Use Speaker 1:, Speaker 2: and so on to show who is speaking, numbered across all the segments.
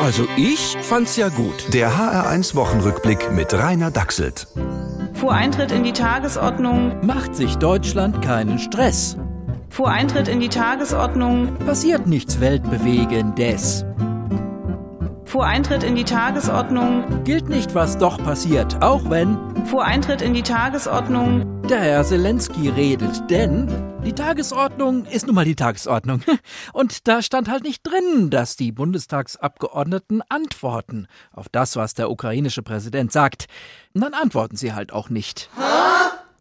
Speaker 1: Also ich fand's ja gut.
Speaker 2: Der HR1-Wochenrückblick mit Rainer Dachselt.
Speaker 3: Vor Eintritt in die Tagesordnung,
Speaker 4: Macht sich Deutschland keinen Stress.
Speaker 3: vor Eintritt in die Tagesordnung,
Speaker 4: Passiert nichts Weltbewegendes.
Speaker 3: vor Eintritt in die Tagesordnung,
Speaker 4: Gilt nicht, was doch passiert, auch wenn
Speaker 3: vor Eintritt in die Tagesordnung,
Speaker 4: der Herr Zelensky redet. Denn die Tagesordnung ist nun mal die Tagesordnung. Und da stand halt nicht drin, dass die Bundestagsabgeordneten antworten auf das, was der ukrainische Präsident sagt. Und dann antworten sie halt auch nicht.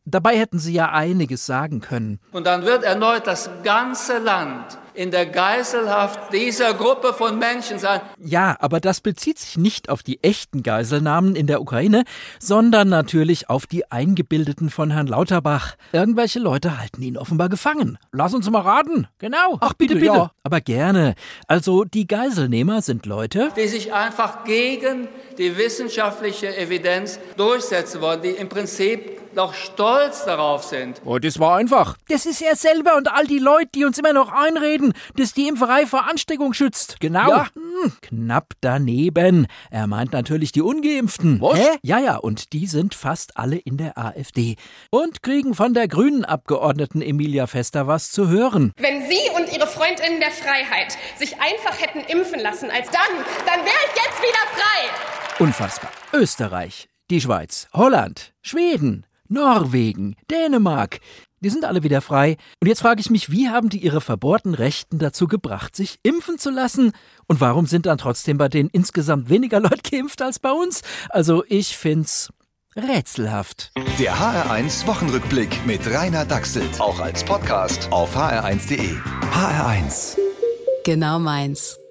Speaker 4: Dabei hätten sie ja einiges sagen können.
Speaker 5: Und dann wird erneut das ganze Land in der Geiselhaft dieser Gruppe von Menschen sein.
Speaker 4: Ja, aber das bezieht sich nicht auf die echten Geiselnahmen in der Ukraine, sondern natürlich auf die eingebildeten von Herrn Lauterbach. Irgendwelche Leute halten ihn offenbar gefangen. Lass uns mal raten. Genau. Ach bitte, bitte. Ja. Aber gerne. Also die Geiselnehmer sind Leute.
Speaker 5: die sich einfach gegen die wissenschaftliche Evidenz durchsetzen wollen, die im Prinzip noch stolz darauf sind.
Speaker 4: Oh, das war einfach. Das ist er selber und all die Leute, die uns immer noch einreden, dass die Impferei vor Ansteckung schützt. Genau. Ja. Hm, knapp daneben. Er meint natürlich die Ungeimpften. Was? Hä? Ja, ja, und die sind fast alle in der AfD. Und kriegen von der grünen Abgeordneten Emilia Fester was zu hören.
Speaker 6: Wenn Sie und Ihre Freundinnen der Freiheit sich einfach hätten impfen lassen als dann, dann wäre ich jetzt wieder frei.
Speaker 4: Unfassbar. Österreich, die Schweiz, Holland, Schweden, Norwegen, Dänemark. Die sind alle wieder frei. Und jetzt frage ich mich, wie haben die ihre verbohrten Rechten dazu gebracht, sich impfen zu lassen? Und warum sind dann trotzdem bei denen insgesamt weniger Leute geimpft als bei uns? Also ich find's rätselhaft.
Speaker 2: Der HR1-Wochenrückblick mit Rainer Dachselt. Auch als Podcast auf hr1.de. HR1.
Speaker 7: Genau meins.